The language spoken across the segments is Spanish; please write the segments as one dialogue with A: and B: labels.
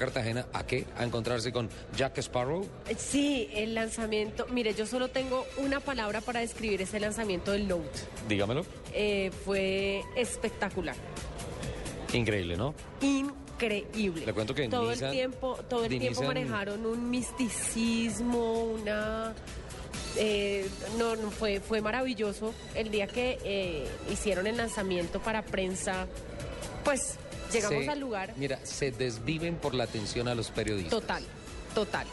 A: Cartagena a qué? A encontrarse con Jack Sparrow.
B: Sí, el lanzamiento. Mire, yo solo tengo una palabra para describir ese lanzamiento del Load.
A: Dígamelo.
B: Eh, fue espectacular,
A: Increíble, ¿no?
B: increíble.
A: Le cuento que
B: todo
A: Nissan-
B: el tiempo, todo el
A: de
B: tiempo
A: Nissan-
B: manejaron un misticismo, una. eh, no, no fue, fue maravilloso el día que eh, hicieron el lanzamiento para prensa. Pues llegamos
A: Se-
B: al lugar.
A: Mira, se desviven por la atención a los periodistas.
B: Total, total.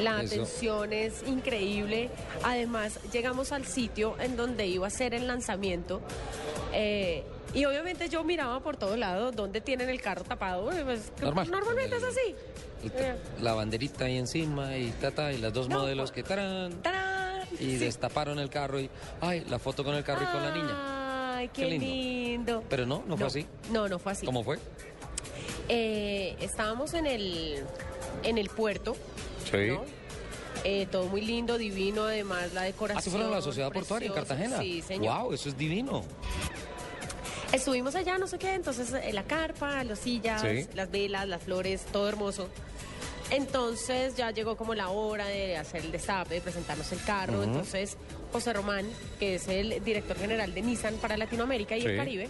B: La
A: Eso.
B: atención es increíble. Además, llegamos al sitio en donde iba a ser el lanzamiento. eh, y obviamente yo miraba por todos lados dónde tienen el carro tapado. eh, pues,
A: Normal.
B: Normalmente
A: El-
B: es así.
A: el ta-
B: Mira.
A: la banderita ahí encima y tata y las dos
B: No,
A: modelos
B: pa-
A: que tarán.
B: ¡Tarán!
A: Y
B: Sí.
A: destaparon el carro y ay, la foto con el carro y con la niña.
B: Ay, qué,
A: Qué lindo.
B: lindo.
A: Pero no, no fue así.
B: Ah. No, no fue así.
A: ¿Cómo fue?
B: Eh, estábamos en el, en el puerto.
A: Sí.
B: ¿no? Eh, todo muy lindo, divino, además la decoración.
A: Ah, se fueron a la sociedad portuaria en
B: precioso.
A: Cartagena.
B: Sí, señor.
A: Wow, eso es divino.
B: Estuvimos allá, no sé qué, entonces eh, la carpa, las sillas,
A: Sí.
B: las velas, las flores, todo hermoso. Entonces ya llegó como la hora de hacer el destape, de presentarnos el carro.
A: Ujú.
B: Entonces José Román, que es el director general de Nissan para Latinoamérica y
A: Sí.
B: el Caribe,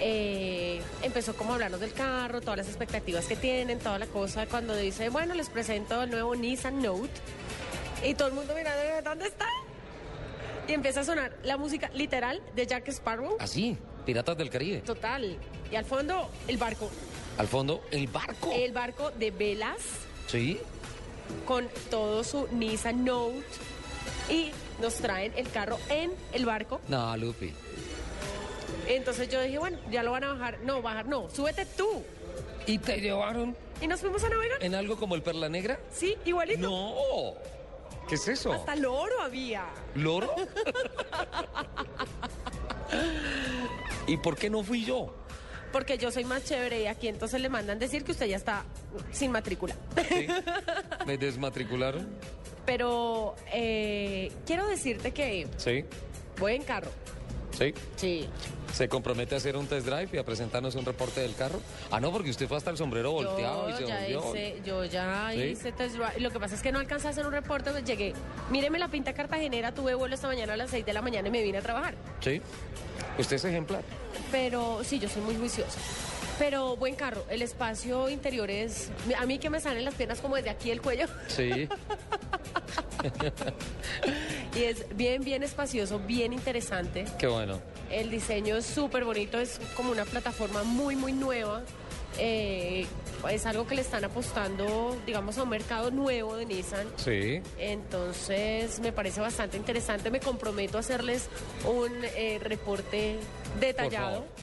B: eh, empezó como a hablarnos del carro, todas las expectativas que tienen, toda la cosa. Cuando dice, bueno, les presento el nuevo Nissan Note. Y todo el mundo mirando, ¿dónde está? Y empieza a sonar la música literal de Jack Sparrow.
A: Así, Piratas del Caribe.
B: Total. Y al fondo, el barco.
A: Al fondo, el barco.
B: El barco de velas
A: Sí.
B: con todo su Nissan Note. Y nos traen el carro en el barco.
A: No, Lupi.
B: Entonces yo dije, bueno, ya lo van a bajar. No, bajar no. Súbete tú.
A: ¿Y te llevaron
B: Y nos fuimos a navegar.
A: en algo como el Perla Negra?
B: Sí, igualito.
A: No. ¿Qué es eso?
B: Hasta loro había.
A: ¿Loro? ¿Y por qué no fui yo?
B: Porque yo soy más chévere y aquí entonces le mandan decir que usted ya está sin matrícula.
A: ¿Me desmatricularon?
B: Pero eh, quiero decirte que
A: Sí,
B: voy en carro.
A: sí.
B: Sí.
A: ¿Se compromete a hacer un test drive y a presentarnos un reporte del carro? Ah, no, porque usted fue hasta el sombrero volteado y se
B: ya
A: volvió.
B: hice, yo ya
A: Sí.
B: hice test drive. Lo que pasa es que no alcancé a hacer un reporte, pues llegué. Míreme la pinta cartagenera, tuve vuelo esta mañana a las 6 de la mañana y me vine a trabajar.
A: Sí. Usted es ejemplar.
B: Pero sí, yo soy muy juiciosa. Pero buen carro, el espacio interior es... A mí que me salen las piernas como desde aquí el cuello
A: Sí.
B: y es bien, bien espacioso, bien interesante.
A: Qué bueno.
B: El diseño es súper bonito, es como una plataforma muy, muy nueva. Eh, es algo que le están apostando, digamos, a un mercado nuevo de Nissan.
A: Sí.
B: Entonces me parece bastante interesante. Me comprometo a hacerles un eh, reporte detallado.
A: favor.